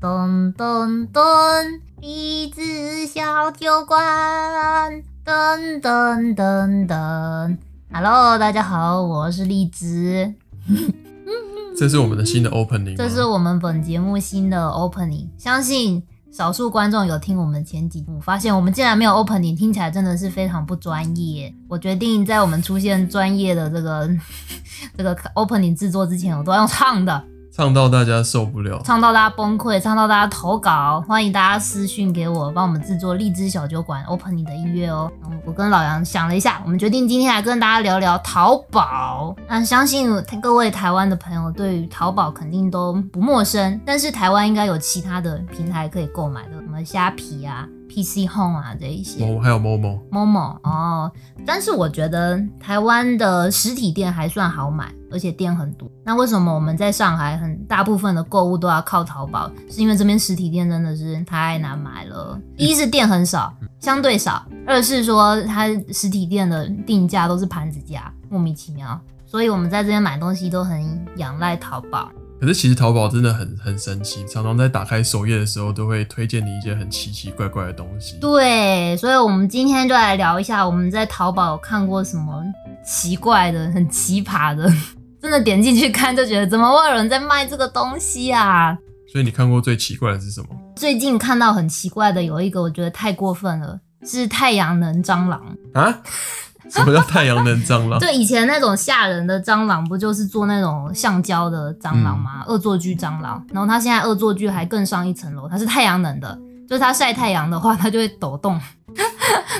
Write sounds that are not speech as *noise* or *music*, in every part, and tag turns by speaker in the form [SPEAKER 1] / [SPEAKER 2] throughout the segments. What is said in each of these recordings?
[SPEAKER 1] 咚咚咚，一只小酒馆，噔噔噔噔。Hello，大家好，我是荔枝，
[SPEAKER 2] 这是我们的新的 opening，吗
[SPEAKER 1] 这是我们本节目新的 opening。相信少数观众有听我们前几幕，发现我们竟然没有 opening，听起来真的是非常不专业。我决定在我们出现专业的这个 *laughs* 这个 opening 制作之前，我都要用唱的。
[SPEAKER 2] 唱到大家受不了。
[SPEAKER 1] 唱到大家崩溃，唱到大家投稿，欢迎大家私讯给我，帮我们制作荔枝小酒馆 open 你的音乐哦。嗯，我跟老杨想了一下，我们决定今天来跟大家聊聊淘宝。那相信各位台湾的朋友对于淘宝肯定都不陌生，但是台湾应该有其他的平台可以购买的，什么虾皮啊、PC Home 啊这一些。
[SPEAKER 2] 某还有某某，
[SPEAKER 1] Momo 哦，但是我觉得台湾的实体店还算好买，而且店很多。那为什么我们在上海很大部分的购物都要靠淘宝？是因为这边实体店真的是太难买了。一是店很少，相对少；二是说它实体店的定价都是盘子价，莫名其妙。所以我们在这边买东西都很仰赖淘宝。
[SPEAKER 2] 可是其实淘宝真的很很神奇，常常在打开首页的时候都会推荐你一些很奇奇怪怪的东西。
[SPEAKER 1] 对，所以我们今天就来聊一下我们在淘宝看过什么奇怪的、很奇葩的，真的点进去看就觉得怎么会有人在卖这个东西啊？
[SPEAKER 2] 所以你看过最奇怪的是什么？
[SPEAKER 1] 最近看到很奇怪的有一个，我觉得太过分了，是太阳能蟑螂。 *laughs*
[SPEAKER 2] 啊？什么叫太阳能蟑螂？
[SPEAKER 1] 就以前那种吓人的蟑螂，不就是做那种橡胶的蟑螂
[SPEAKER 2] 嗯
[SPEAKER 1] 吗？恶作剧蟑螂。然后它现在恶作剧还更上一层楼，它是太阳能的，就是它晒太阳的话，它就会抖动。 *laughs*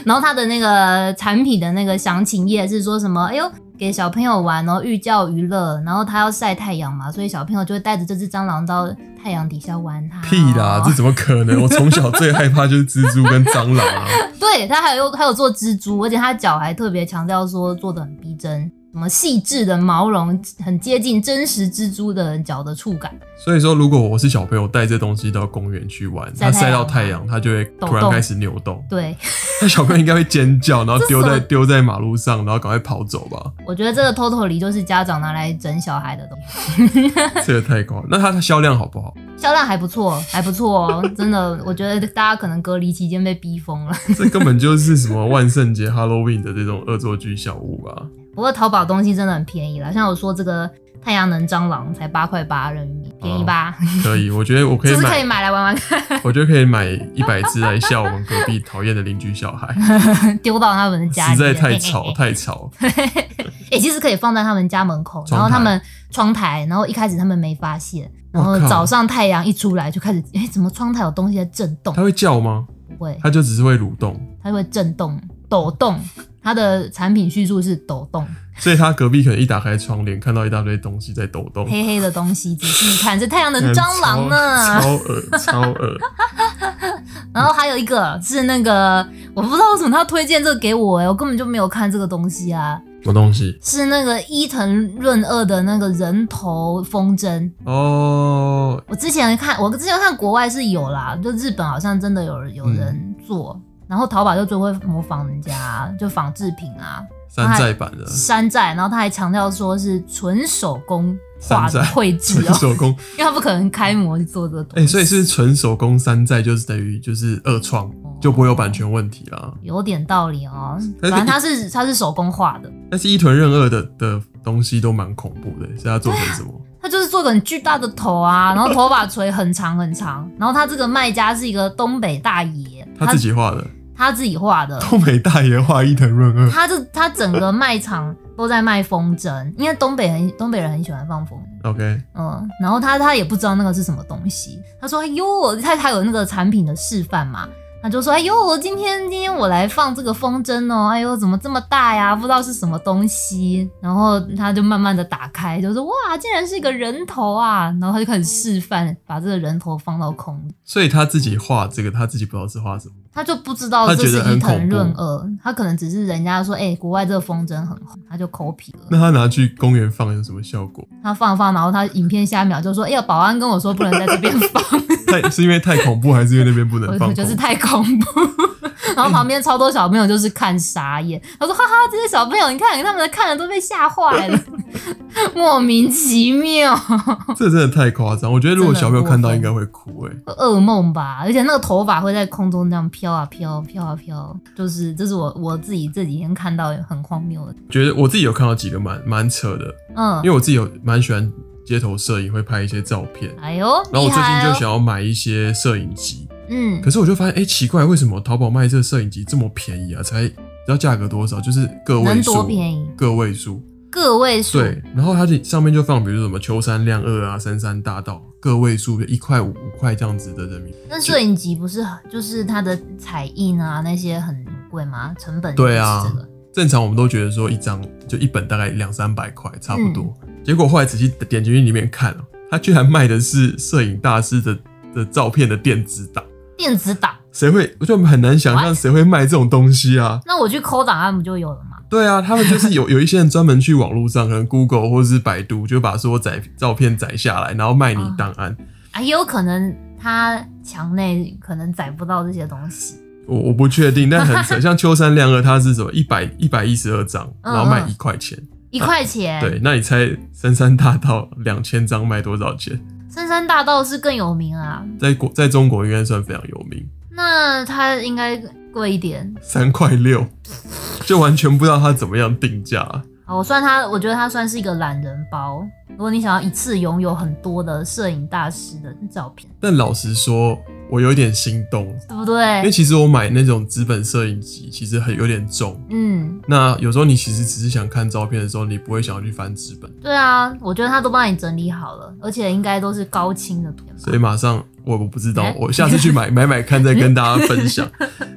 [SPEAKER 1] 然后它的那个产品的那个详情页是说什么？哎呦，给小朋友玩，然哦后寓教于乐，然后它要晒太阳嘛，所以小朋友就会带着这只蟑螂到太阳底下玩它。
[SPEAKER 2] 屁啦，这怎么可能？我从小最害怕就是蜘蛛跟蟑
[SPEAKER 1] *laughs*
[SPEAKER 2] 螂啊。
[SPEAKER 1] 对他还有还有做蜘蛛，而且他脚还特别强调说做的很逼真，什么细致的毛绒很接近真实蜘蛛的脚的触感。
[SPEAKER 2] 所以说，如果我是小朋友带这东西到公园去玩，
[SPEAKER 1] 晒
[SPEAKER 2] 它晒
[SPEAKER 1] 太
[SPEAKER 2] 到
[SPEAKER 1] 阳
[SPEAKER 2] 太阳，它就会突然
[SPEAKER 1] 动
[SPEAKER 2] 开始扭动。
[SPEAKER 1] 对，
[SPEAKER 2] 那小朋友应该会尖叫，然后丢
[SPEAKER 1] 这
[SPEAKER 2] 在
[SPEAKER 1] 什
[SPEAKER 2] 丢在马路上，然后赶快跑走吧。
[SPEAKER 1] 我觉得这个 totally 就是家长拿来整小孩的东西，
[SPEAKER 2] 这个太夸张。那它的销量好不好？
[SPEAKER 1] 销量还不错，还不错哦，真的，我觉得大家可能隔离期间被逼疯了。
[SPEAKER 2] 这根本就是什么万圣节、Halloween 的这种恶作剧小物吧？
[SPEAKER 1] 不过淘宝东西真的很便宜啦，像我说这个太阳能蟑螂才八块八人民币，便宜吧？
[SPEAKER 2] 可以，我觉得我哦可
[SPEAKER 1] *laughs*
[SPEAKER 2] 以
[SPEAKER 1] 就是可以
[SPEAKER 2] 买，
[SPEAKER 1] 买来玩玩看，
[SPEAKER 2] 我觉得可以买一百只来吓我们隔壁讨厌的邻居小孩，
[SPEAKER 1] 丢到他们的家里
[SPEAKER 2] 实在
[SPEAKER 1] 面。
[SPEAKER 2] 太吵太吵。
[SPEAKER 1] 哎、其实可以放在他们家门口，然后
[SPEAKER 2] 窗台
[SPEAKER 1] 他们窗台，然后一开始他们没发现，然后
[SPEAKER 2] 我靠
[SPEAKER 1] 早上太阳一出来就开始，哎、怎么窗台有东西在震动
[SPEAKER 2] 它？会叫吗？
[SPEAKER 1] 不会，
[SPEAKER 2] 它就只是会蠕动，
[SPEAKER 1] 它会震动、抖动。它的产品叙述是抖
[SPEAKER 2] *laughs*
[SPEAKER 1] 动，
[SPEAKER 2] 所以它隔壁可能一打开窗帘，看到一大堆东西在抖动。
[SPEAKER 1] 黑黑的东西，仔细看，这太阳能蟑螂
[SPEAKER 2] 超
[SPEAKER 1] 呢。
[SPEAKER 2] 超恶，超恶！
[SPEAKER 1] 然后还有一个是那个，我不知道为什么他推荐这个给我、诶我根本就没有看这个东西啊，
[SPEAKER 2] 什么东西？
[SPEAKER 1] 是那个伊藤润二的那个人头风筝。
[SPEAKER 2] 哦，
[SPEAKER 1] 我之前看，我之前看国外是有啦，就日本好像真的有人有
[SPEAKER 2] 嗯
[SPEAKER 1] 人做，然后淘宝就最会模仿人家，就仿制品啊，
[SPEAKER 2] 山寨版的， *laughs*
[SPEAKER 1] 山寨，然后他还强调说是纯手工画的
[SPEAKER 2] 山寨
[SPEAKER 1] 绘制
[SPEAKER 2] *laughs* 纯
[SPEAKER 1] 哦，
[SPEAKER 2] 手工。
[SPEAKER 1] 因为他不可能开模做这个
[SPEAKER 2] 哎、
[SPEAKER 1] 东西，
[SPEAKER 2] 所以是纯手工山寨，就是等于就是二创，
[SPEAKER 1] 哦
[SPEAKER 2] 就不会有版权问题啦。
[SPEAKER 1] 有点道理哦。
[SPEAKER 2] 但
[SPEAKER 1] 反
[SPEAKER 2] 是
[SPEAKER 1] 正他是他是手工画的，
[SPEAKER 2] 但是伊藤润二的的东西都蛮恐怖的，是他做成什么？
[SPEAKER 1] 他就是做个很巨大的头啊，然后头发垂很长很长，然后他这个卖家是一个东北大爷，
[SPEAKER 2] 他自己画的，
[SPEAKER 1] 他自己画的，
[SPEAKER 2] 东北大爷画伊藤润 *laughs* 二，
[SPEAKER 1] 他这他整个卖场都在卖风筝，因为东北很东北人很喜欢放风筝，
[SPEAKER 2] OK，
[SPEAKER 1] 嗯，然后他他也不知道那个是什么东西，他说哎呦，他他有那个产品的示范嘛，他就说哎呦，我今天今天我来放这个风筝哦，哎呦怎么这么大呀，不知道是什么东西，然后他就慢慢的打开，就说哇，竟然是一个人头啊，然后他就开始示范，把这个人头放到空里。
[SPEAKER 2] 所以他自己画这个，他自己不知道是画什么。
[SPEAKER 1] 他就不知道
[SPEAKER 2] 他
[SPEAKER 1] 这
[SPEAKER 2] 觉
[SPEAKER 1] 是
[SPEAKER 2] 得很
[SPEAKER 1] 伊藤
[SPEAKER 2] 恐怖
[SPEAKER 1] 润二，他可能只是人家说，哎、国外这个风筝很红，他就 copy 了。
[SPEAKER 2] 那他拿去公园放有什么效果？ *laughs*
[SPEAKER 1] 他放放，然后他影片下一秒就说：“哎、呀，保安跟我说不能在这边放，
[SPEAKER 2] 太是因为太恐怖，还是因为那边不能
[SPEAKER 1] 我
[SPEAKER 2] 放
[SPEAKER 1] 我觉得是
[SPEAKER 2] 空？
[SPEAKER 1] 太恐怖。然后旁边超多小朋友就是看傻
[SPEAKER 2] *laughs*
[SPEAKER 1] 眼，他说：“哈哈，这些小朋友，你看他们看了都被吓坏了， *laughs* 莫名其妙，
[SPEAKER 2] 这真的太夸张。我觉得如果小朋友看到，应该会哭哎、
[SPEAKER 1] 噩梦吧？而且那个头发会在空中这样飘啊飘，飘啊飘，就是这是我我自己这几天看到很荒谬的，
[SPEAKER 2] 觉得我自己有看到几个蛮蛮扯的，
[SPEAKER 1] 嗯
[SPEAKER 2] 因，为我自己有蛮喜欢街头摄影，会拍一些照片。
[SPEAKER 1] 哎呦，
[SPEAKER 2] 然后我
[SPEAKER 1] 厉
[SPEAKER 2] 最近
[SPEAKER 1] 害
[SPEAKER 2] 就
[SPEAKER 1] 哦
[SPEAKER 2] 想要买一些摄影机，
[SPEAKER 1] 嗯
[SPEAKER 2] 可是我就发现，哎、奇怪，为什么淘宝卖这个摄影机这么便宜啊？才你知道价格多少？就是个位
[SPEAKER 1] 能
[SPEAKER 2] 数，
[SPEAKER 1] 多便宜嗯
[SPEAKER 2] 个位数。
[SPEAKER 1] 个位数，
[SPEAKER 2] 对，然后它这上面就放，比如说什么秋山亮二啊、三山大道，个位数一块五、五块这样子的人民币。
[SPEAKER 1] 那摄影集不是很就是它的彩印啊那些很贵吗？成本
[SPEAKER 2] 对啊
[SPEAKER 1] 也是这个
[SPEAKER 2] 正常我们都觉得说一张就一本大概两三百块差不多，
[SPEAKER 1] 嗯
[SPEAKER 2] 结果后来仔细点进去里面看哦、它居然卖的是摄影大师的的照片的电子档，
[SPEAKER 1] 电子档。
[SPEAKER 2] 谁会？我就很难想象
[SPEAKER 1] What？
[SPEAKER 2] 谁会卖这种东西啊！
[SPEAKER 1] 那我去抠档案不就有了吗？
[SPEAKER 2] 对啊，他们就是有有一些人专门去网络上，可能 Google 或是百度，就把所有载照片载下来，然后卖你
[SPEAKER 1] 啊
[SPEAKER 2] 档案。
[SPEAKER 1] 啊，也有可能他墙内可能载不到这些东西。
[SPEAKER 2] 我我不确定，但
[SPEAKER 1] *laughs*
[SPEAKER 2] 很扯。像秋山亮二，它是什么一百一百一十二张，
[SPEAKER 1] 嗯
[SPEAKER 2] 然后卖
[SPEAKER 1] 嗯
[SPEAKER 2] 一块钱。
[SPEAKER 1] 一块钱，
[SPEAKER 2] 对，那你猜深山大道两千张卖多少钱？
[SPEAKER 1] 深山大道是更有名啊，
[SPEAKER 2] 在国在中国应该算非常有名，
[SPEAKER 1] 那它应该贵一点。
[SPEAKER 2] 三块六，就完全不知道它怎么样定价、啊
[SPEAKER 1] 好，我算它，我觉得它算是一个懒人包。如果你想要一次拥有很多的摄影大师的照片，
[SPEAKER 2] 但老实说，我有点心动，
[SPEAKER 1] 对不
[SPEAKER 2] 因为
[SPEAKER 1] 对？
[SPEAKER 2] 其实我买那种资本摄影机其实很有点重。
[SPEAKER 1] 嗯，
[SPEAKER 2] 那有时候你其实只是想看照片的时候，你不会想要去翻纸本，
[SPEAKER 1] 对啊，我觉得他都帮你整理好了，而且应该都是高清的图片吧。
[SPEAKER 2] 所以马上我我不知道
[SPEAKER 1] 哎，
[SPEAKER 2] 我下次去
[SPEAKER 1] *laughs*
[SPEAKER 2] 买买买看再跟大家分享。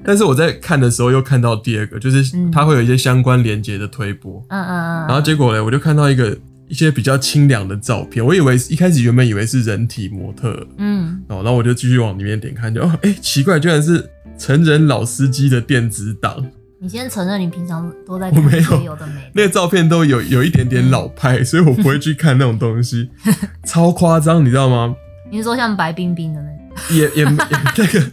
[SPEAKER 2] 但是我在看的时候又看到第二个，就是
[SPEAKER 1] 嗯
[SPEAKER 2] 它会有一些相关连接的推播，
[SPEAKER 1] 嗯嗯嗯，
[SPEAKER 2] 然后结果呢，我就看到一个一些比较清凉的照片，我以为一开始原本以为是人体模特儿
[SPEAKER 1] 嗯，
[SPEAKER 2] 哦，然后我就继续往里面点看，就哦哎奇怪，居然是成人老司机的电子档，
[SPEAKER 1] 你先承认你平常都在
[SPEAKER 2] 我
[SPEAKER 1] 看
[SPEAKER 2] 没
[SPEAKER 1] 一些
[SPEAKER 2] 有
[SPEAKER 1] 有的没的。
[SPEAKER 2] 那个照片都有有一点点老
[SPEAKER 1] 嗯
[SPEAKER 2] 派，所以我不会去看那种东西，
[SPEAKER 1] *laughs*
[SPEAKER 2] 超夸张，你知道吗？
[SPEAKER 1] 你是说像白冰冰的那种？
[SPEAKER 2] 也也也 *laughs* 那个，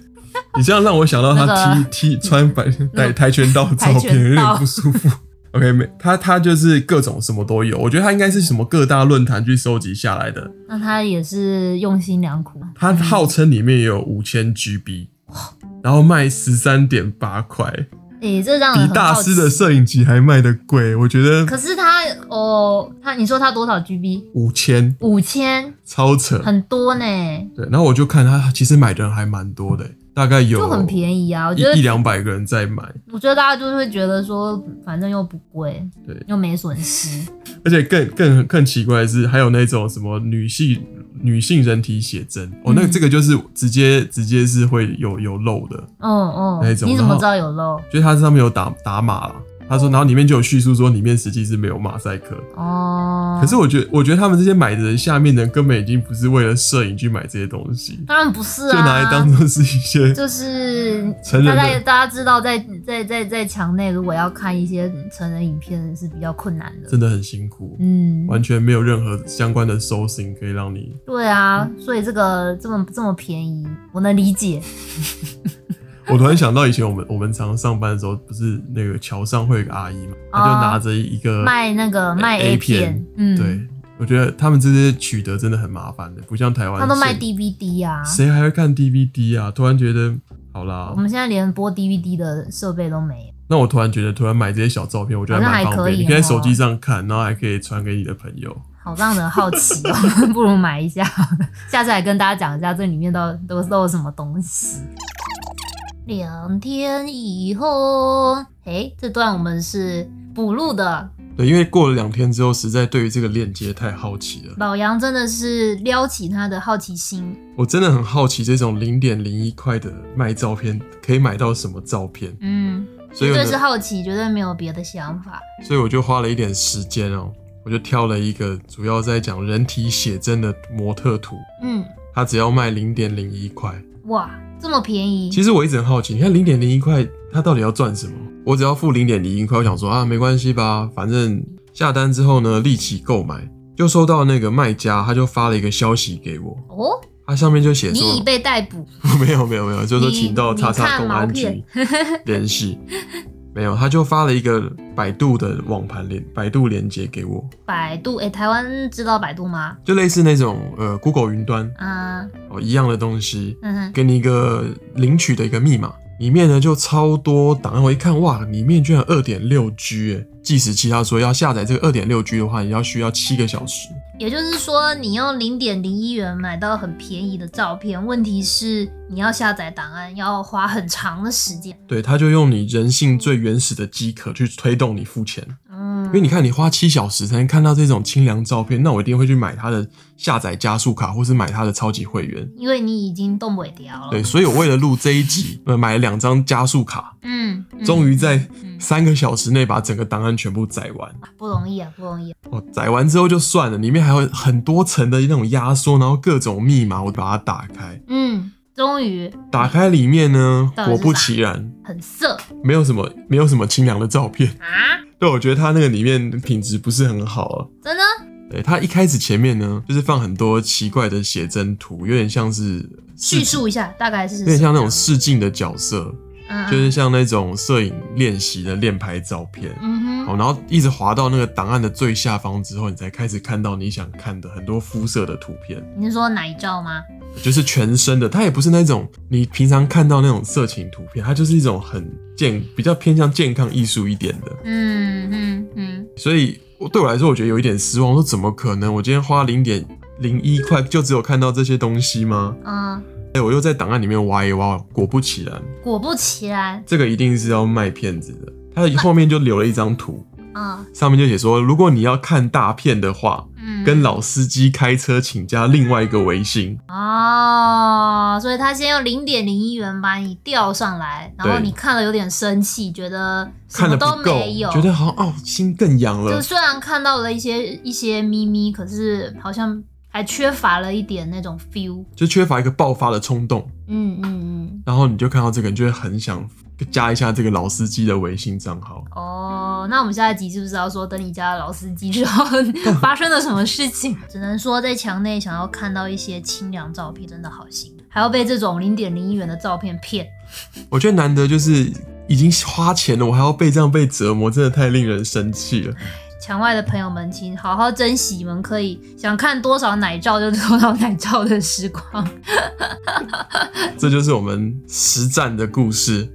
[SPEAKER 2] 你这样让我想到他
[SPEAKER 1] 那
[SPEAKER 2] 踢踢穿白带跆拳道的照
[SPEAKER 1] 跆
[SPEAKER 2] 片，有
[SPEAKER 1] 拳道
[SPEAKER 2] 点不舒服。OK，没他他就是各种什么都有，我觉得他应该是什么各大论坛去收集下来的。
[SPEAKER 1] 那他也是用心良苦。
[SPEAKER 2] 他号称里面有五千 GB，
[SPEAKER 1] *gasps*
[SPEAKER 2] 然后卖十三点八块，
[SPEAKER 1] 诶、这让嗯
[SPEAKER 2] 比
[SPEAKER 1] 人很
[SPEAKER 2] 大
[SPEAKER 1] 好
[SPEAKER 2] 师的
[SPEAKER 1] 奇
[SPEAKER 2] 摄影机还卖的贵。我觉
[SPEAKER 1] 可
[SPEAKER 2] 得
[SPEAKER 1] 是他哦，他你说他多少 GB？
[SPEAKER 2] 五千
[SPEAKER 1] 五千，
[SPEAKER 2] 超扯。
[SPEAKER 1] 很多呢，
[SPEAKER 2] 对，然后我就看他其实买的人还蛮多的，欸大概有
[SPEAKER 1] 就很便宜啊。我觉
[SPEAKER 2] 一一
[SPEAKER 1] 得，
[SPEAKER 2] 两百个人在买。
[SPEAKER 1] 我觉得大家就会觉得说，反正又不贵，
[SPEAKER 2] 对
[SPEAKER 1] 又没损失。
[SPEAKER 2] 而且更更更奇怪的是，还有那种什么女性女性人体写真哦，那
[SPEAKER 1] 嗯
[SPEAKER 2] 这个就是直接直接是会有有漏的，
[SPEAKER 1] 嗯嗯
[SPEAKER 2] 那一，种
[SPEAKER 1] 你怎么
[SPEAKER 2] 然后
[SPEAKER 1] 知道有漏？
[SPEAKER 2] 就是它上面有打打码啦。他说，然后里面就有叙述说里面实际是没有马赛克。
[SPEAKER 1] 哦，
[SPEAKER 2] 可是我觉得，我觉得他们这些买的人，下面的人根本已经不是为了摄影去买这些东西，
[SPEAKER 1] 当然不是啊，
[SPEAKER 2] 就拿来当做是一些
[SPEAKER 1] 就是
[SPEAKER 2] 成
[SPEAKER 1] 大
[SPEAKER 2] 人
[SPEAKER 1] 家
[SPEAKER 2] 的。
[SPEAKER 1] 大家知道在，在在在墙内，如果要看一些成人影片是比较困难的。
[SPEAKER 2] 真的很辛苦，
[SPEAKER 1] 嗯，
[SPEAKER 2] 完全没有任何相关的收心可以让你。
[SPEAKER 1] 对啊，所以这个这么这么便宜，我能理解。
[SPEAKER 2] *laughs* 我突然想到以前我们我们常上班的时候，不是那个桥上会有个阿姨嘛，她就
[SPEAKER 1] 哦
[SPEAKER 2] 拿着一个
[SPEAKER 1] 卖那个卖
[SPEAKER 2] 呃 A
[SPEAKER 1] 片
[SPEAKER 2] 片，
[SPEAKER 1] 嗯，
[SPEAKER 2] 对，，我觉得他们这些取得真的很麻烦的，不像台湾
[SPEAKER 1] 他都卖
[SPEAKER 2] 现
[SPEAKER 1] DVD 啊。
[SPEAKER 2] 谁还会看 DVD 啊？突然觉得，好啦
[SPEAKER 1] 我，们现在连播 DVD 的设备都没有。
[SPEAKER 2] 那我突然觉得，突然买这些小照片，我觉
[SPEAKER 1] 好
[SPEAKER 2] 得
[SPEAKER 1] 像
[SPEAKER 2] 蛮方
[SPEAKER 1] 还可
[SPEAKER 2] 便，
[SPEAKER 1] 以
[SPEAKER 2] 你可以在
[SPEAKER 1] 哦
[SPEAKER 2] 手机上看，然后还可以传给你的朋友。
[SPEAKER 1] 好让人好奇
[SPEAKER 2] *laughs*
[SPEAKER 1] 哦， *laughs* 不如买一下 *laughs* 好了。下次来跟大家讲一下这里面到都都有什么东西。两天以后，诶，这段我们是补录的。
[SPEAKER 2] 对，因为过了两天之后，实在对于这个链接太好奇了，
[SPEAKER 1] 老杨真的是撩起他的好奇心，
[SPEAKER 2] 我真的很好奇这种零点零一块的卖照片可以买到什么照片，
[SPEAKER 1] 嗯，
[SPEAKER 2] 所以
[SPEAKER 1] 绝
[SPEAKER 2] 我
[SPEAKER 1] 对是
[SPEAKER 2] 就
[SPEAKER 1] 好奇，绝对没有别的想法。
[SPEAKER 2] 所以我就花了一点时间哦、我就挑了一个主要在讲人体写真的模特图，
[SPEAKER 1] 嗯，
[SPEAKER 2] 它只要卖零点零一块。
[SPEAKER 1] 哇，这么便宜，
[SPEAKER 2] 其实我一直很好奇，你看零点零一块，它到底要赚什么？我只要付零点零一块，我想说啊，没关系吧，反正下单之后呢，立即购买。就收到那个卖家，他就发了一个消息给我，
[SPEAKER 1] 哦，
[SPEAKER 2] 它上面就写
[SPEAKER 1] 你已
[SPEAKER 2] 说，
[SPEAKER 1] 被逮捕，
[SPEAKER 2] *laughs* 没有没有没有，就是说
[SPEAKER 1] 你
[SPEAKER 2] 请到
[SPEAKER 1] 你
[SPEAKER 2] 叉叉
[SPEAKER 1] 看
[SPEAKER 2] 公
[SPEAKER 1] 毛
[SPEAKER 2] 安
[SPEAKER 1] 片
[SPEAKER 2] 局联系。没有，他就发了一个百度的网盘连百度连接给我，
[SPEAKER 1] *laughs* 百度，哎、台湾知道百度吗？
[SPEAKER 2] 就类似那种呃 Google 云端
[SPEAKER 1] 啊，
[SPEAKER 2] 哦一样的东西，
[SPEAKER 1] 嗯哼，
[SPEAKER 2] 给你一个领取的一个密码，里面呢就超多档案。我一看，哇，里面居然二点六 G 哎！计时器他说要下载这个二点六 G 的话，也要需要七个小时。
[SPEAKER 1] 也就是说，你用零点零一元买到很便宜的照片，问题是你要下载档案要花很长的时间。
[SPEAKER 2] 对，他就用你人性最原始的饥渴去推动你付钱，
[SPEAKER 1] 嗯，
[SPEAKER 2] 因为你看，你花七小时才能看到这种清凉照片，那我一定会去买它的下载加速卡，或是买它的超级会员。
[SPEAKER 1] 因为你已经动尾掉了。
[SPEAKER 2] 对，所以我为了录这一集，呃买了两张加速卡，
[SPEAKER 1] 嗯，嗯，
[SPEAKER 2] 终于在
[SPEAKER 1] 嗯
[SPEAKER 2] 三个小时内把整个档案全部载完。
[SPEAKER 1] 不容易啊，不容易、啊。
[SPEAKER 2] 哦，载完之后就算了，里面还有很多层的那种压缩，然后各种密码，我把它打开。
[SPEAKER 1] 嗯，终于
[SPEAKER 2] 打开里面呢，
[SPEAKER 1] 到底
[SPEAKER 2] 果
[SPEAKER 1] 是
[SPEAKER 2] 不
[SPEAKER 1] 啥
[SPEAKER 2] 其然，
[SPEAKER 1] 很色
[SPEAKER 2] 没有什么没有什么清凉的照片。 *laughs*
[SPEAKER 1] 啊，
[SPEAKER 2] 对，我觉得它那个里面品质不是很好啊。
[SPEAKER 1] 真的
[SPEAKER 2] 对，它一开始前面呢，就是放很多奇怪的写真图，有点像是
[SPEAKER 1] 叙
[SPEAKER 2] 试，
[SPEAKER 1] 述一下，大概是
[SPEAKER 2] 有点像那种试镜的角色，
[SPEAKER 1] 嗯，
[SPEAKER 2] 就是像那种摄影练习的练拍照片。
[SPEAKER 1] 嗯
[SPEAKER 2] 好，
[SPEAKER 1] 哼，
[SPEAKER 2] 然后一直滑到那个档案的最下方之后，你才开始看到你想看的很多肤色的图片。
[SPEAKER 1] 你是说奶罩吗？
[SPEAKER 2] 就是全身的，它也不是那种你平常看到那种色情图片，它就是一种很健，比较偏向健康艺术一点的。
[SPEAKER 1] 嗯嗯嗯，
[SPEAKER 2] 所以我对我来说，我觉得有一点失望，说怎么可能？我今天花零点零一块就只有看到这些东西吗？
[SPEAKER 1] 啊、
[SPEAKER 2] 哎、我又在档案里面挖一挖，果不其然，
[SPEAKER 1] 果不其然，
[SPEAKER 2] 这个一定是要卖骗子的。它后面就留了一张图，
[SPEAKER 1] 啊、
[SPEAKER 2] 上面就写说，如果你要看大片的话，
[SPEAKER 1] 嗯，
[SPEAKER 2] 跟老司机开车，请加另外一个微信。
[SPEAKER 1] 哦，所以他先用零点零一元把你调上来，然后
[SPEAKER 2] 对
[SPEAKER 1] 你看了有点生气，觉得什
[SPEAKER 2] 看
[SPEAKER 1] 么
[SPEAKER 2] 的
[SPEAKER 1] 都
[SPEAKER 2] 不够
[SPEAKER 1] 没有，，
[SPEAKER 2] 觉得好像哦，心更痒了
[SPEAKER 1] 就。虽然看到了一些一些咪咪，可是好像还缺乏了一点那种 feel。
[SPEAKER 2] 就缺乏一个爆发的冲动，
[SPEAKER 1] 嗯嗯嗯。
[SPEAKER 2] 然后你就看到这个，你就会很想加一下这个老司机的微信账号。
[SPEAKER 1] 哦，那我们下一集是不是要说等你家的老司机之
[SPEAKER 2] *laughs*
[SPEAKER 1] 后发生了什么事情？ *laughs* 只能说在墙内想要看到一些清凉照片，真的好心，还要被这种零点零一元的照片骗。
[SPEAKER 2] 我觉得难得就是已经花钱了，我还要被这样被折磨，真的太令人生气了。
[SPEAKER 1] 墙外的朋友们，请好好珍惜你们可以想看多少奶照就多少奶照的时光。
[SPEAKER 2] 这就是我们实战的故事。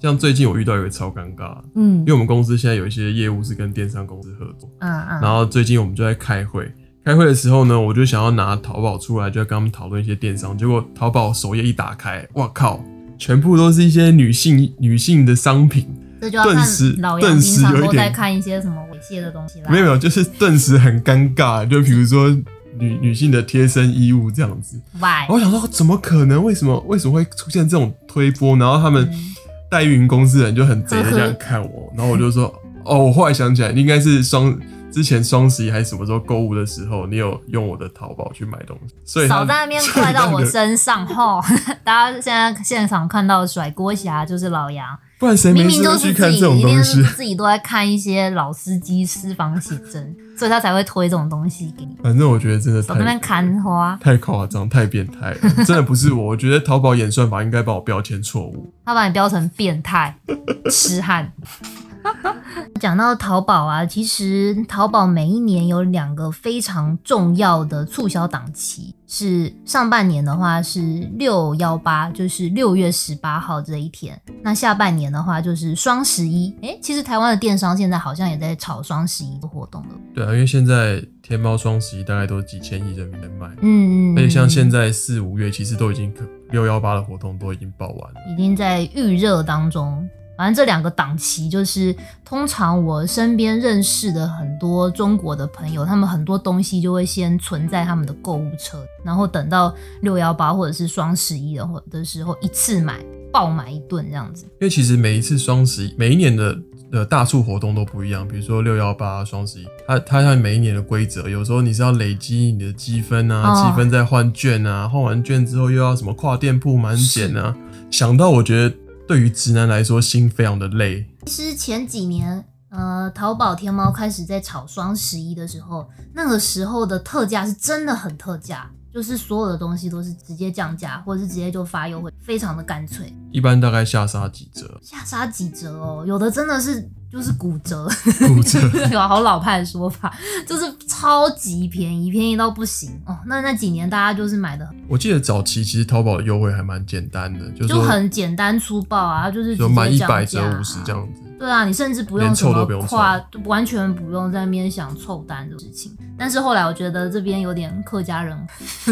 [SPEAKER 2] 像最近我遇到一个超尴尬，
[SPEAKER 1] 嗯
[SPEAKER 2] 因为我们公司现在有一些业务是跟电商公司合作，
[SPEAKER 1] 嗯
[SPEAKER 2] 然后最近我们就在开会。开会的时候呢，我就想要拿淘宝出来，就要跟他们讨论一些电商。结果淘宝首页一打开，哇靠，全部都是一些女性女性的商品，
[SPEAKER 1] 嗯，这就要
[SPEAKER 2] 顿
[SPEAKER 1] 看
[SPEAKER 2] 时
[SPEAKER 1] 老杨
[SPEAKER 2] 顿
[SPEAKER 1] 平
[SPEAKER 2] 时
[SPEAKER 1] 常
[SPEAKER 2] 有一
[SPEAKER 1] 都
[SPEAKER 2] 点
[SPEAKER 1] 在看一些什么猥亵的东西啦。
[SPEAKER 2] 没有没有，就是顿时很尴尬。就比如说女女性的贴身衣物这样子，
[SPEAKER 1] Why？
[SPEAKER 2] 我想说怎么可能？为什么为什么会出现这种推波？然后他们
[SPEAKER 1] 嗯
[SPEAKER 2] 代运营公司的人就很
[SPEAKER 1] *laughs*
[SPEAKER 2] 贼的这
[SPEAKER 1] 呵呵
[SPEAKER 2] 样看我，然后我就说哦，我后来想起来应该是双。之前双十一还是什么时候购物的时候，你有用我的淘宝去买东西，所以他
[SPEAKER 1] 少在那边怪到
[SPEAKER 2] *laughs*
[SPEAKER 1] 我，身上吼！ *laughs* 大家现在现场看到甩锅侠就是老杨，
[SPEAKER 2] 不然谁
[SPEAKER 1] 明
[SPEAKER 2] 哎没
[SPEAKER 1] 明
[SPEAKER 2] 事
[SPEAKER 1] 就
[SPEAKER 2] 会
[SPEAKER 1] 是
[SPEAKER 2] 去
[SPEAKER 1] 自
[SPEAKER 2] 看
[SPEAKER 1] 己
[SPEAKER 2] 这种
[SPEAKER 1] 一定
[SPEAKER 2] 东
[SPEAKER 1] 是
[SPEAKER 2] 西？
[SPEAKER 1] 自己都在看一些老司机私房写真，所以他才会推这种东西给你，
[SPEAKER 2] 反正我觉得真的
[SPEAKER 1] 少在那边
[SPEAKER 2] 太
[SPEAKER 1] 看花。
[SPEAKER 2] 太夸张、太变态了，真的不是我。我觉得淘宝演算法应该把我标签错误。
[SPEAKER 1] 他把你标成变态、痴汉。讲到淘宝啊，其实淘宝每一年有两个非常重要的促销档期，是上半年的话是六幺八，就是六月十八号这一天；那下半年的话就是双十一。诶，其实台湾的电商现在好像也在炒双十一的活动了。
[SPEAKER 2] 对啊，因为现在天猫双十一大概都几千亿人民币卖，
[SPEAKER 1] 嗯，
[SPEAKER 2] 而且哎像现
[SPEAKER 1] 在
[SPEAKER 2] 在四五月其实都已经六幺八的活动都已经报完了。
[SPEAKER 1] 已经在预热当中。反正这两个档期，就是通常我身边认识的很多中国的朋友，他们很多东西就会先存在他们的购物车，然后等到六幺八或者是双十一的或的时候一次买爆买一顿这样子。
[SPEAKER 2] 因为其实每一次双十一，每一年的呃大促活动都不一样，比如说六幺八、双十一，它它像每一年的规则，有时候你是要累积你的积分啊，
[SPEAKER 1] 哦
[SPEAKER 2] 积分再换券啊，换完券之后又要什么跨店铺满减啊，想到我觉得对于直男来说心非常的累，
[SPEAKER 1] 其实前几年，呃，淘宝、天猫开始在炒双十一的时候，那个时候的特价是真的很特价，就是所有的东西都是直接降价，或者是直接就发优惠，非常的干脆，
[SPEAKER 2] 一般大概下杀几折？
[SPEAKER 1] 下杀几折哦，有的真的是就是骨折，
[SPEAKER 2] 骨折
[SPEAKER 1] *laughs* 有好老派的说法，就是超级便宜，便宜到不行哦。那那几年大家就是买的
[SPEAKER 2] 我记得早期其实淘宝的优惠还蛮简单的，就
[SPEAKER 1] 就
[SPEAKER 2] 说
[SPEAKER 1] 很简单粗暴啊，就是
[SPEAKER 2] 就
[SPEAKER 1] 直
[SPEAKER 2] 满
[SPEAKER 1] 接
[SPEAKER 2] 一
[SPEAKER 1] 降
[SPEAKER 2] 百
[SPEAKER 1] 价
[SPEAKER 2] 折
[SPEAKER 1] 啊
[SPEAKER 2] 五十这样子。
[SPEAKER 1] 对啊，你甚至不用
[SPEAKER 2] 连
[SPEAKER 1] 什
[SPEAKER 2] 凑
[SPEAKER 1] 么
[SPEAKER 2] 都不用凑
[SPEAKER 1] 跨，完全不用在那边想凑单的事情。但是后来我觉得这边有点客家人， *laughs*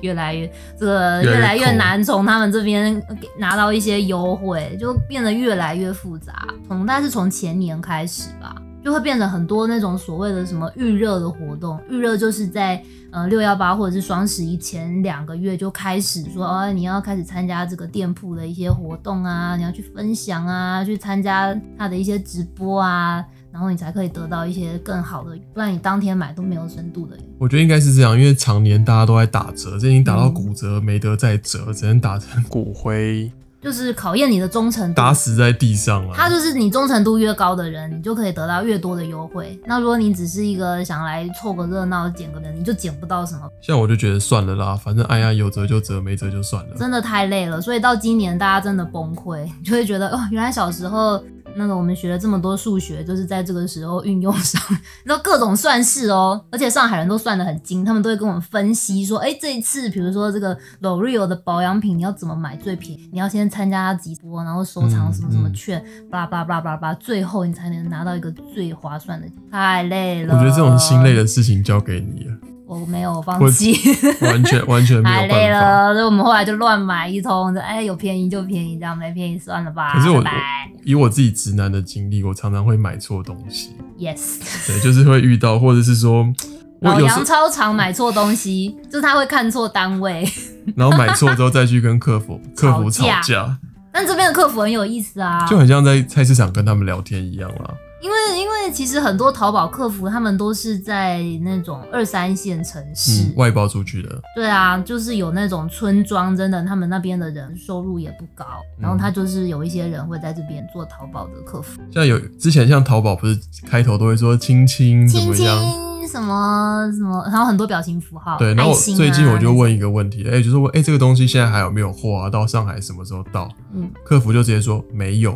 [SPEAKER 1] 越来越这个
[SPEAKER 2] 越来越
[SPEAKER 1] 越来越
[SPEAKER 2] 抠
[SPEAKER 1] 难从他们这边拿到一些优惠，就变得越来越复杂。从大概是从前年开始吧，就会变成很多那种所谓的什么预热的活动，预热就是在呃六幺八或者是双十一前两个月就开始说，哦，你要开始参加这个店铺的一些活动啊，你要去分享啊，去参加他的一些直播啊，然后你才可以得到一些更好的，不然你当天买都没有深度的。
[SPEAKER 2] 我觉得应该是这样，因为常年大家都在打折，这已经打到骨折，没得再折，只能打成骨灰，
[SPEAKER 1] 就是考验你的忠诚度。
[SPEAKER 2] 打死在地上
[SPEAKER 1] 他
[SPEAKER 2] 了。
[SPEAKER 1] 就是你忠诚度越高的人，你就可以得到越多的优惠。那如果你只是一个想来凑个热闹、捡个人，你就捡不到什么，
[SPEAKER 2] 像我就觉得算了啦，反正哎呀有折就折，没折就算了。
[SPEAKER 1] 真的太累了。所以到今年大家真的崩溃， *laughs* 就会觉得哦，原来小时候那个我们学了这么多数学，就是在这个时候运用上， *laughs* 然后各种算式哦，而且上海人都算得很精，他们都会跟我们分析说，哎，这一次比如说这个 L'Oreal 的保养品你要怎么买最便宜，你要先参加直播，然后收藏什么什么券，巴拉巴拉巴拉巴拉巴拉，最后你才能拿到一个最划算的，太累
[SPEAKER 2] 我
[SPEAKER 1] 了。
[SPEAKER 2] 觉得这种心累，的事情交给你
[SPEAKER 1] *laughs*
[SPEAKER 2] 了，
[SPEAKER 1] 我没有放
[SPEAKER 2] 我
[SPEAKER 1] 弃。 *laughs*
[SPEAKER 2] 完全完全没
[SPEAKER 1] 太
[SPEAKER 2] 有
[SPEAKER 1] 累哦
[SPEAKER 2] 办法。
[SPEAKER 1] 了，所以我们后来就乱买一通，哎，有便宜就便宜，这样没便宜算了吧。
[SPEAKER 2] 可是我
[SPEAKER 1] 拜拜
[SPEAKER 2] 以我自己直男的经历，我常常会买错东西，
[SPEAKER 1] yes，
[SPEAKER 2] 对，就是会遇到，或者是说，我
[SPEAKER 1] 老
[SPEAKER 2] 有时候
[SPEAKER 1] 杨超常买错东西，就是他会看错单位。 *laughs*
[SPEAKER 2] 然后买错之后再去跟客服客服吵
[SPEAKER 1] 吵
[SPEAKER 2] 架，
[SPEAKER 1] 但这边的客服很有意思啊，
[SPEAKER 2] 就很像在菜市场跟他们聊天一样啦。
[SPEAKER 1] 因为因为其实很多淘宝客服他们都是在那种二三线城市，
[SPEAKER 2] 嗯，外包出去的，
[SPEAKER 1] 对啊，就是有那种村庄，真的他们那边的人收入也不高，然后他就是有一些人会在这边做淘宝的客服。
[SPEAKER 2] 像有之前像淘宝不是开头都会说亲亲怎
[SPEAKER 1] 亲
[SPEAKER 2] 么
[SPEAKER 1] 亲
[SPEAKER 2] 样？
[SPEAKER 1] 什么什么，然后很多表情符号，
[SPEAKER 2] 对，然后我
[SPEAKER 1] 爱心啊
[SPEAKER 2] 最近我就问一个问题，哎、就是问，哎、这个东西现在还有没有货啊？到上海什么时候到？
[SPEAKER 1] 嗯，
[SPEAKER 2] 客服就直接说没 *laughs* 有。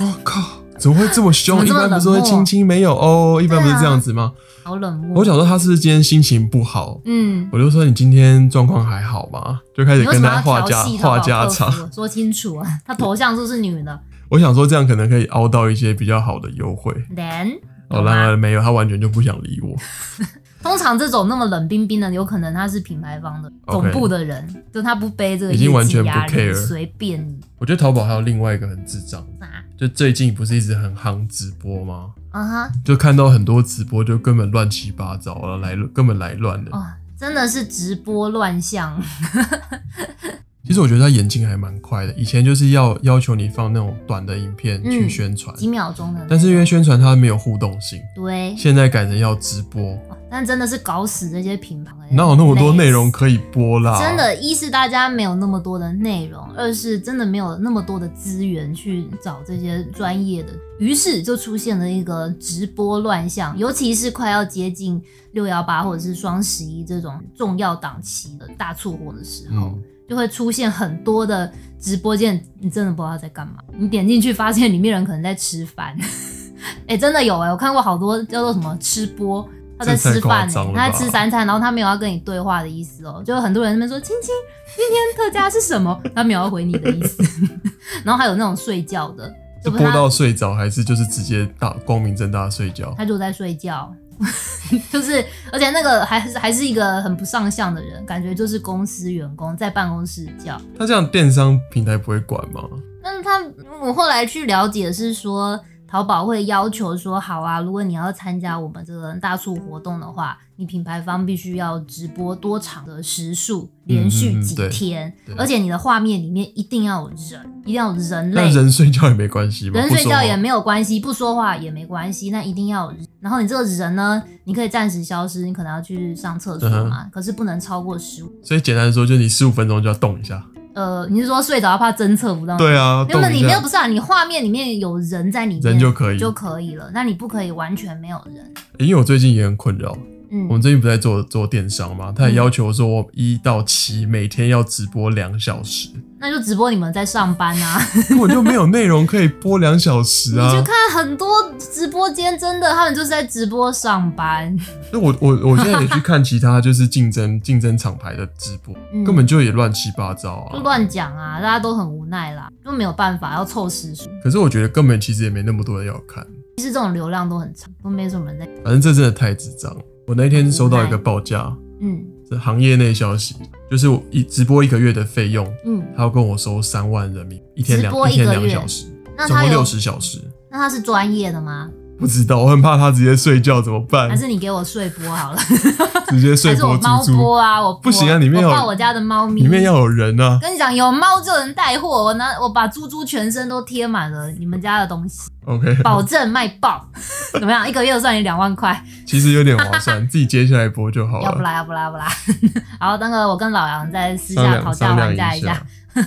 [SPEAKER 2] 我、哦靠，怎么会这么凶？
[SPEAKER 1] 怎么
[SPEAKER 2] 一
[SPEAKER 1] 这么
[SPEAKER 2] 般不是会
[SPEAKER 1] 冷漠
[SPEAKER 2] 亲亲没有哦，一般不是
[SPEAKER 1] 对啊
[SPEAKER 2] 这样子吗？
[SPEAKER 1] 好冷漠。
[SPEAKER 2] 我想说他是不是今天心情不好？
[SPEAKER 1] 嗯，
[SPEAKER 2] 我就说你今天状况还好吗？就开始
[SPEAKER 1] 你为
[SPEAKER 2] 跟
[SPEAKER 1] 什么
[SPEAKER 2] 他
[SPEAKER 1] 要
[SPEAKER 2] 话
[SPEAKER 1] 调
[SPEAKER 2] 家
[SPEAKER 1] 戏
[SPEAKER 2] 话
[SPEAKER 1] 淘宝
[SPEAKER 2] 家
[SPEAKER 1] 客服
[SPEAKER 2] 常。
[SPEAKER 1] 说清楚啊，他头像是不是女的
[SPEAKER 2] 我想说这样可能可以凹到一些比较好的优惠。
[SPEAKER 1] ？Then
[SPEAKER 2] 哦，
[SPEAKER 1] 有吗
[SPEAKER 2] 然而没有，他完全就不想理我。
[SPEAKER 1] 通常这种那么冷冰冰的，有可能他是品牌方的
[SPEAKER 2] OK
[SPEAKER 1] 总部的人，就他不背这个
[SPEAKER 2] 已经
[SPEAKER 1] 业绩
[SPEAKER 2] 完全不
[SPEAKER 1] 压力
[SPEAKER 2] care
[SPEAKER 1] 随便你
[SPEAKER 2] 我觉得淘宝还有另外一个很智障，
[SPEAKER 1] 啊
[SPEAKER 2] 就最近不是一直很夯直播吗？
[SPEAKER 1] 啊哈
[SPEAKER 2] 就看到很多直播就根本乱七八糟了，来根本来乱的。
[SPEAKER 1] 哦，真的是直播乱象， *laughs*
[SPEAKER 2] 其实我觉得他演进还蛮快的，以前就是要要求你放那种短的影片
[SPEAKER 1] 嗯
[SPEAKER 2] 去宣传，
[SPEAKER 1] 几秒哎钟的那种，
[SPEAKER 2] 但是因为宣传它没有互动性，
[SPEAKER 1] 对，
[SPEAKER 2] 现在改成要直播，
[SPEAKER 1] 但真的是搞死这些品牌，
[SPEAKER 2] 哪有那么多
[SPEAKER 1] 累
[SPEAKER 2] 内
[SPEAKER 1] 死
[SPEAKER 2] 容可以播啦？
[SPEAKER 1] 真，的，一是大家没有那么多的内容，二是真的没有那么多的资源去找这些专业的，于是就出现了一个直播乱象，尤其是快要接近六幺八或者是双十一这种重要档期的大促活的时候。
[SPEAKER 2] 嗯，
[SPEAKER 1] 就会出现很多的直播间，你真的不知道他在干嘛。你点进去发现里面人可能在吃饭， *laughs* 哎、真的有哎、我看过好多叫做什么吃播，他在
[SPEAKER 2] 这太
[SPEAKER 1] 吃饭、
[SPEAKER 2] 夸
[SPEAKER 1] 欸
[SPEAKER 2] 张了，吧
[SPEAKER 1] 他在吃三餐，然后他没有要跟你对话的意思哦、就有很多人在那边说亲亲，今天特价是什么， *laughs* 他没有要回你的意思。 *laughs* 然后还有那种睡觉的，
[SPEAKER 2] 是
[SPEAKER 1] 就不
[SPEAKER 2] 播
[SPEAKER 1] 是他
[SPEAKER 2] 到睡着还是就是直接大光明正大地睡觉？
[SPEAKER 1] 他就在睡觉， *laughs* 就是而且那个还是还是一个很不上相的人，感觉就是公司员工在办公室叫。
[SPEAKER 2] 他这样电商平台不会管吗？
[SPEAKER 1] 但是他我后来去了解是说，淘宝会要求说，好啊，如果你要参加我们这个大促活动的话，你品牌方必须要直播多长的时数，连续几
[SPEAKER 2] 对
[SPEAKER 1] 天，
[SPEAKER 2] 对
[SPEAKER 1] 而且你的画面里面一定要有人，一定要有人类
[SPEAKER 2] 但。人睡觉也没关系吗？
[SPEAKER 1] 人
[SPEAKER 2] 不
[SPEAKER 1] 睡
[SPEAKER 2] 说
[SPEAKER 1] 觉也
[SPEAKER 2] 话
[SPEAKER 1] 没有关系，不说话也没关系，那一定要有人。然后你这个人呢，你可以暂时消失，你可能要去上厕所嘛，
[SPEAKER 2] 嗯
[SPEAKER 1] 可是不能超过十五。
[SPEAKER 2] 所以简单说，就是你十五分钟就要动一下。
[SPEAKER 1] 呃，你是说睡着怕侦测不到？
[SPEAKER 2] 对
[SPEAKER 1] *laughs*
[SPEAKER 2] 啊，
[SPEAKER 1] 嗯那
[SPEAKER 2] 动
[SPEAKER 1] 么
[SPEAKER 2] 一
[SPEAKER 1] 里面
[SPEAKER 2] 下
[SPEAKER 1] 不。是啊，你画面里面有人在里面，
[SPEAKER 2] 人就可以
[SPEAKER 1] 就可以了。那你不可以完全没有人。
[SPEAKER 2] 因为我最近也很困扰，
[SPEAKER 1] 嗯
[SPEAKER 2] 我们最近不在做做电商嘛，他也要求说我一到七每天要直播两小时， *laughs*
[SPEAKER 1] 那就直播你们在上班啊。
[SPEAKER 2] 根本就没有内容可以播两小时
[SPEAKER 1] *laughs* 你去
[SPEAKER 2] 啊。
[SPEAKER 1] 看很多直播间，真的他们就是在直播上班，
[SPEAKER 2] 那我我我现在也去看其他就是竞争竞争厂牌的直播，
[SPEAKER 1] 嗯
[SPEAKER 2] 根本就也乱七八糟
[SPEAKER 1] 就
[SPEAKER 2] 啊。
[SPEAKER 1] 乱讲啊，大家都很无奈啦，就没有办法要凑时数。
[SPEAKER 2] 可是我觉得根本其实也没那么多人要看，
[SPEAKER 1] 其实这种流量都很长，都没什么人在。
[SPEAKER 2] 反正这真的太智障了。我那天收到一个报价，
[SPEAKER 1] 嗯
[SPEAKER 2] 是行业内消息，就是我一直播一个月的费用，
[SPEAKER 1] 嗯，
[SPEAKER 2] 他要跟我收三万人民币，一天两
[SPEAKER 1] 直播一个
[SPEAKER 2] 天
[SPEAKER 1] 月
[SPEAKER 2] 两小时，
[SPEAKER 1] 那
[SPEAKER 2] 总
[SPEAKER 1] 他
[SPEAKER 2] 共
[SPEAKER 1] 有
[SPEAKER 2] 六十小时。
[SPEAKER 1] 那他是专业的吗？
[SPEAKER 2] 不知道，我很怕他直接睡觉怎么办
[SPEAKER 1] 还？是你给我睡播好了，
[SPEAKER 2] 直接嗯 *laughs* 睡
[SPEAKER 1] 还是我
[SPEAKER 2] 佛
[SPEAKER 1] 猫
[SPEAKER 2] 猪猪，
[SPEAKER 1] 播啊？我播
[SPEAKER 2] 不行啊里面有
[SPEAKER 1] 我抱我家的猫咪，
[SPEAKER 2] 里面要有
[SPEAKER 1] *laughs*
[SPEAKER 2] 人啊！
[SPEAKER 1] 跟你讲，有猫就能带货。我拿我把猪猪全身都贴满了你们家的东
[SPEAKER 2] *laughs*
[SPEAKER 1] 西，
[SPEAKER 2] OK，
[SPEAKER 1] 保证卖爆。怎么样？一个月算你两万
[SPEAKER 2] *laughs*
[SPEAKER 1] 块，
[SPEAKER 2] 其实有点
[SPEAKER 1] *laughs*
[SPEAKER 2] 划算，自己接下来播就好
[SPEAKER 1] 要不
[SPEAKER 2] 了。
[SPEAKER 1] 啦，要不啦，要不啦。 *laughs* 然后那个我跟老杨在私
[SPEAKER 2] 商
[SPEAKER 1] 下
[SPEAKER 2] 量
[SPEAKER 1] 讨
[SPEAKER 2] 商
[SPEAKER 1] 价
[SPEAKER 2] 量
[SPEAKER 1] 还价
[SPEAKER 2] 一
[SPEAKER 1] 下 *laughs*
[SPEAKER 2] 下。。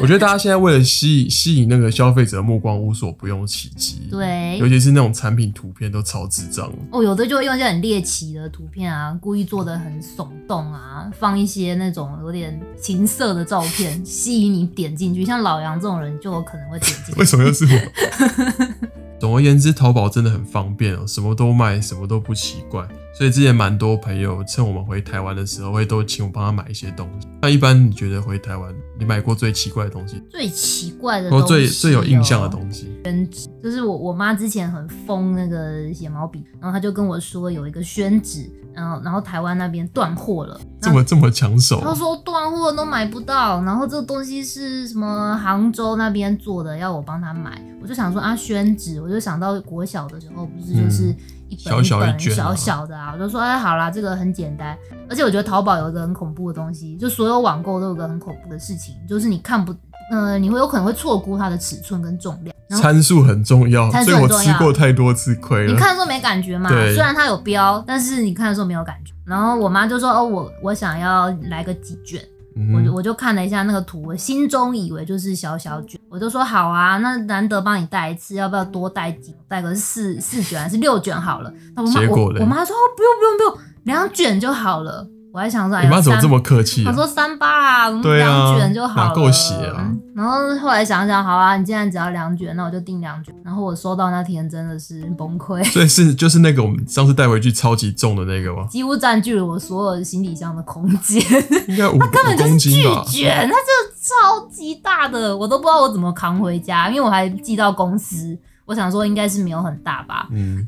[SPEAKER 2] 我觉得大家现在为了吸吸引那个消费者的目光，无所不用其极。，
[SPEAKER 1] 对
[SPEAKER 2] 尤，其是那种产品图片都超智障。
[SPEAKER 1] 哦，有的就会用一些很猎奇的图片啊，故意做的很耸动啊，放一些那种有点情色的照片，吸引你点进去。像老杨这种人，就有可能会点进
[SPEAKER 2] *laughs* 为
[SPEAKER 1] 去。
[SPEAKER 2] 什么又是我？ *laughs* 总而言之，淘宝真的很方便哦，什么都卖，什么都不奇怪。所以之前蛮多朋友趁我们回台湾的时候，会都请我帮他买一些东西。那一般你觉得回台湾，你买过最奇怪的东西，
[SPEAKER 1] 最奇怪的
[SPEAKER 2] 或
[SPEAKER 1] 东西、哦
[SPEAKER 2] 最最有印象的东西？
[SPEAKER 1] 就是我我妈之前很疯那个写毛笔，然后她就跟我说有一个宣纸，然后然后台湾那边断货了，
[SPEAKER 2] 这么这么抢手
[SPEAKER 1] 她说断货都买不到，然后这个东西是什么杭州那边做的，要我帮她买，我就想说啊宣纸，我就想到国小的时候不是就是
[SPEAKER 2] 嗯
[SPEAKER 1] 一本
[SPEAKER 2] 小
[SPEAKER 1] 一
[SPEAKER 2] 小一
[SPEAKER 1] 本
[SPEAKER 2] 卷啊
[SPEAKER 1] 小小的啊，我就说哎好啦，这个很简单，而且我觉得淘宝有一个很恐怖的东西，就所有网购都有个很恐怖的事情，就是你看不。呃，你会有可能会错估它的尺寸跟重量，然后
[SPEAKER 2] 参数很重要，
[SPEAKER 1] 参数
[SPEAKER 2] 所以我
[SPEAKER 1] 很重要
[SPEAKER 2] 吃过太多次亏
[SPEAKER 1] 你
[SPEAKER 2] 了。
[SPEAKER 1] 看的时候没感觉嘛，
[SPEAKER 2] 对
[SPEAKER 1] 虽然它有标，但是你看的时候没有感觉。然后我妈就说：“哦，我我想要来个几卷。
[SPEAKER 2] 嗯
[SPEAKER 1] 我就
[SPEAKER 2] 哼，
[SPEAKER 1] 我就看了一下那个图，我心中以为就是小小卷，我就说：“好啊，那难得帮你带一次，要不要多带几带个四四卷还是六卷好了？”那我妈
[SPEAKER 2] 结果
[SPEAKER 1] 我
[SPEAKER 2] 嘞
[SPEAKER 1] 我妈说：“哦，不用不用不用，两卷就好了。”我还想说：“哎
[SPEAKER 2] 你
[SPEAKER 1] 呀，
[SPEAKER 2] 妈怎么
[SPEAKER 1] 三
[SPEAKER 2] 这么客气、
[SPEAKER 1] 他
[SPEAKER 2] 啊？
[SPEAKER 1] 说三八啊，我们
[SPEAKER 2] 对啊
[SPEAKER 1] 两卷就好了，
[SPEAKER 2] 哪够写啊
[SPEAKER 1] 嗯然后后来想想，好啊，你既然只要两卷，那我就订两卷。然后我收到那天真的是崩溃，
[SPEAKER 2] 所以是就是那个我们上次带回去超级重的那个吗？
[SPEAKER 1] 几乎占据了我所有行李箱的空间。 *laughs*
[SPEAKER 2] 应该五五
[SPEAKER 1] 根本就
[SPEAKER 2] 公
[SPEAKER 1] 是
[SPEAKER 2] 斤
[SPEAKER 1] 巨
[SPEAKER 2] 吧？
[SPEAKER 1] 卷，它这个超级大的，我都不知道我怎么扛回家，因为我还寄到公司。我想说应该是没有很大吧，
[SPEAKER 2] 嗯，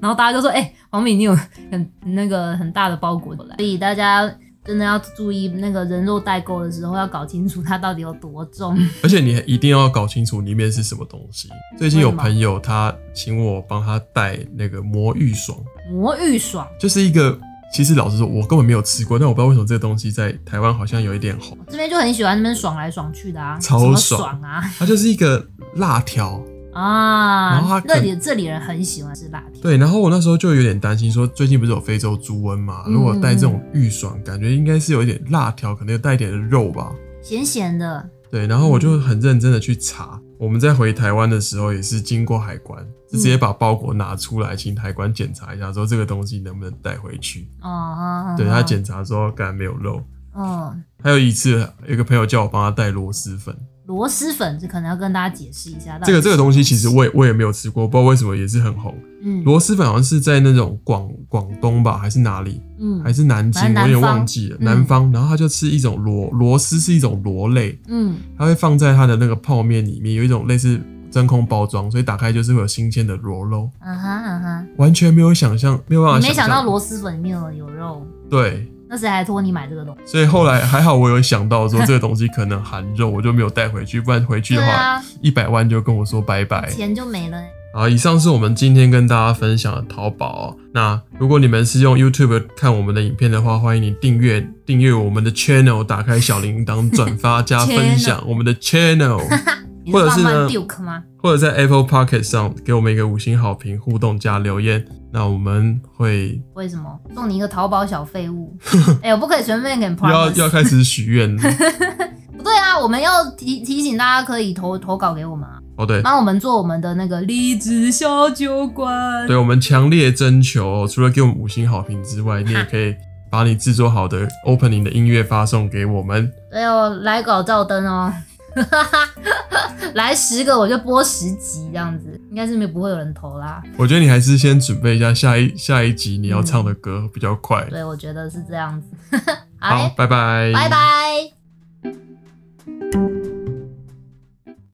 [SPEAKER 1] 然后大家就说：“哎、黄敏，你有很那个很大的包裹来。”所以大家真的要注意那个人肉代购的时候，要搞清楚它到底有多重。
[SPEAKER 2] 而且你一定要搞清楚里面是什么东西。最近有朋友他请我帮他带那个魔芋爽，
[SPEAKER 1] 魔芋爽，
[SPEAKER 2] 就是一个其实老实说，我根本没有吃过，但我不知道为什么这个东西在台湾好像有一点红。
[SPEAKER 1] 这边就很喜欢那边爽来爽去的啊，
[SPEAKER 2] 超
[SPEAKER 1] 什么
[SPEAKER 2] 爽
[SPEAKER 1] 爽啊
[SPEAKER 2] 它就是一个辣条，然后它
[SPEAKER 1] 啊！
[SPEAKER 2] 可
[SPEAKER 1] 那里这里人很喜欢吃辣条，
[SPEAKER 2] 对。然后我那时候就有点担心，说最近不是有非洲猪瘟嘛，如果带这种芋爽，感觉应该是有一点辣条，可能有带一点肉吧。
[SPEAKER 1] 咸咸的，
[SPEAKER 2] 对，然后我
[SPEAKER 1] 嗯
[SPEAKER 2] 就很认真的去查。我们在回台湾的时候，也是经过海关，就直
[SPEAKER 1] 嗯
[SPEAKER 2] 接把包裹拿出来，请海关检查一下，说这个东西能不能带回去。
[SPEAKER 1] 哦哦，哦
[SPEAKER 2] 对他，检查之后，感觉没有肉。
[SPEAKER 1] 哦，
[SPEAKER 2] 还有一次，有一个朋友叫我帮他带螺蛳粉，
[SPEAKER 1] 螺蛳粉这可能要跟大家解释一下，
[SPEAKER 2] 这个这个东西其实
[SPEAKER 1] 我，
[SPEAKER 2] 我也我也没有吃过，不知道为什么也是很红。
[SPEAKER 1] 嗯
[SPEAKER 2] 螺蛳粉好像是在那种广广东吧，还是哪里，还
[SPEAKER 1] 嗯
[SPEAKER 2] 是南京，
[SPEAKER 1] 反
[SPEAKER 2] 我
[SPEAKER 1] 正
[SPEAKER 2] 有
[SPEAKER 1] 南
[SPEAKER 2] 点
[SPEAKER 1] 方
[SPEAKER 2] 忘记了。
[SPEAKER 1] 嗯
[SPEAKER 2] 南方，然后他就吃一种螺螺蛳是一种螺类，
[SPEAKER 1] 嗯，
[SPEAKER 2] 它会放在它的那个泡面里面，有一种类似真空包装，所以打开就是会有新鲜的螺肉，
[SPEAKER 1] 啊哈啊哈，
[SPEAKER 2] 完全没有想象，没有办法
[SPEAKER 1] 你
[SPEAKER 2] 象。
[SPEAKER 1] 没想到螺蛳粉里面有有肉，
[SPEAKER 2] 对，
[SPEAKER 1] 那谁还托你买这个东西？
[SPEAKER 2] 所以后来还好我有想到说这个东西可能含肉，我就没有带回去，不然回去
[SPEAKER 1] 对
[SPEAKER 2] 的话哎
[SPEAKER 1] 啊，
[SPEAKER 2] 一百、0万就跟我说拜拜。
[SPEAKER 1] 钱就没了。
[SPEAKER 2] 好，以上是我们今天跟大家分享的淘宝、哦。那如果你们是用 YouTube 看我们的影片的话，欢迎你订阅订阅我们的 channel，打开小铃铛，转发加分享我们的 channel。
[SPEAKER 1] 你
[SPEAKER 2] 或者
[SPEAKER 1] 浪
[SPEAKER 2] 是
[SPEAKER 1] 漫
[SPEAKER 2] 呢
[SPEAKER 1] Duke 吗？
[SPEAKER 2] 或者在 Apple Pocket 上给我们一个五星好评、互动加留言，那我们会
[SPEAKER 1] 为什么送你一个淘宝小废
[SPEAKER 2] *laughs*
[SPEAKER 1] 物？哎、我不可以随便给你 promise。
[SPEAKER 2] 要要 *laughs* 开始许愿了。
[SPEAKER 1] 不对啊，我们要提提醒大家可以投投稿给我们啊。
[SPEAKER 2] 哦，对，
[SPEAKER 1] 帮我们做我们的那个荔枝小酒馆。
[SPEAKER 2] 对我们强烈征求哦、除了给我们五星好评之外，你也可以把你制作好的 opening 的音乐发送给我们。
[SPEAKER 1] 还有哎来搞照灯哦， *laughs* 来十个我就播十集这样子，应该是没不会有人投啦。
[SPEAKER 2] 我觉得你还是先准备一下下一下一集你要唱的歌比较快。
[SPEAKER 1] 对，我觉得是这样子。 *laughs*
[SPEAKER 2] 好，
[SPEAKER 1] 好，
[SPEAKER 2] 拜拜，
[SPEAKER 1] 拜拜。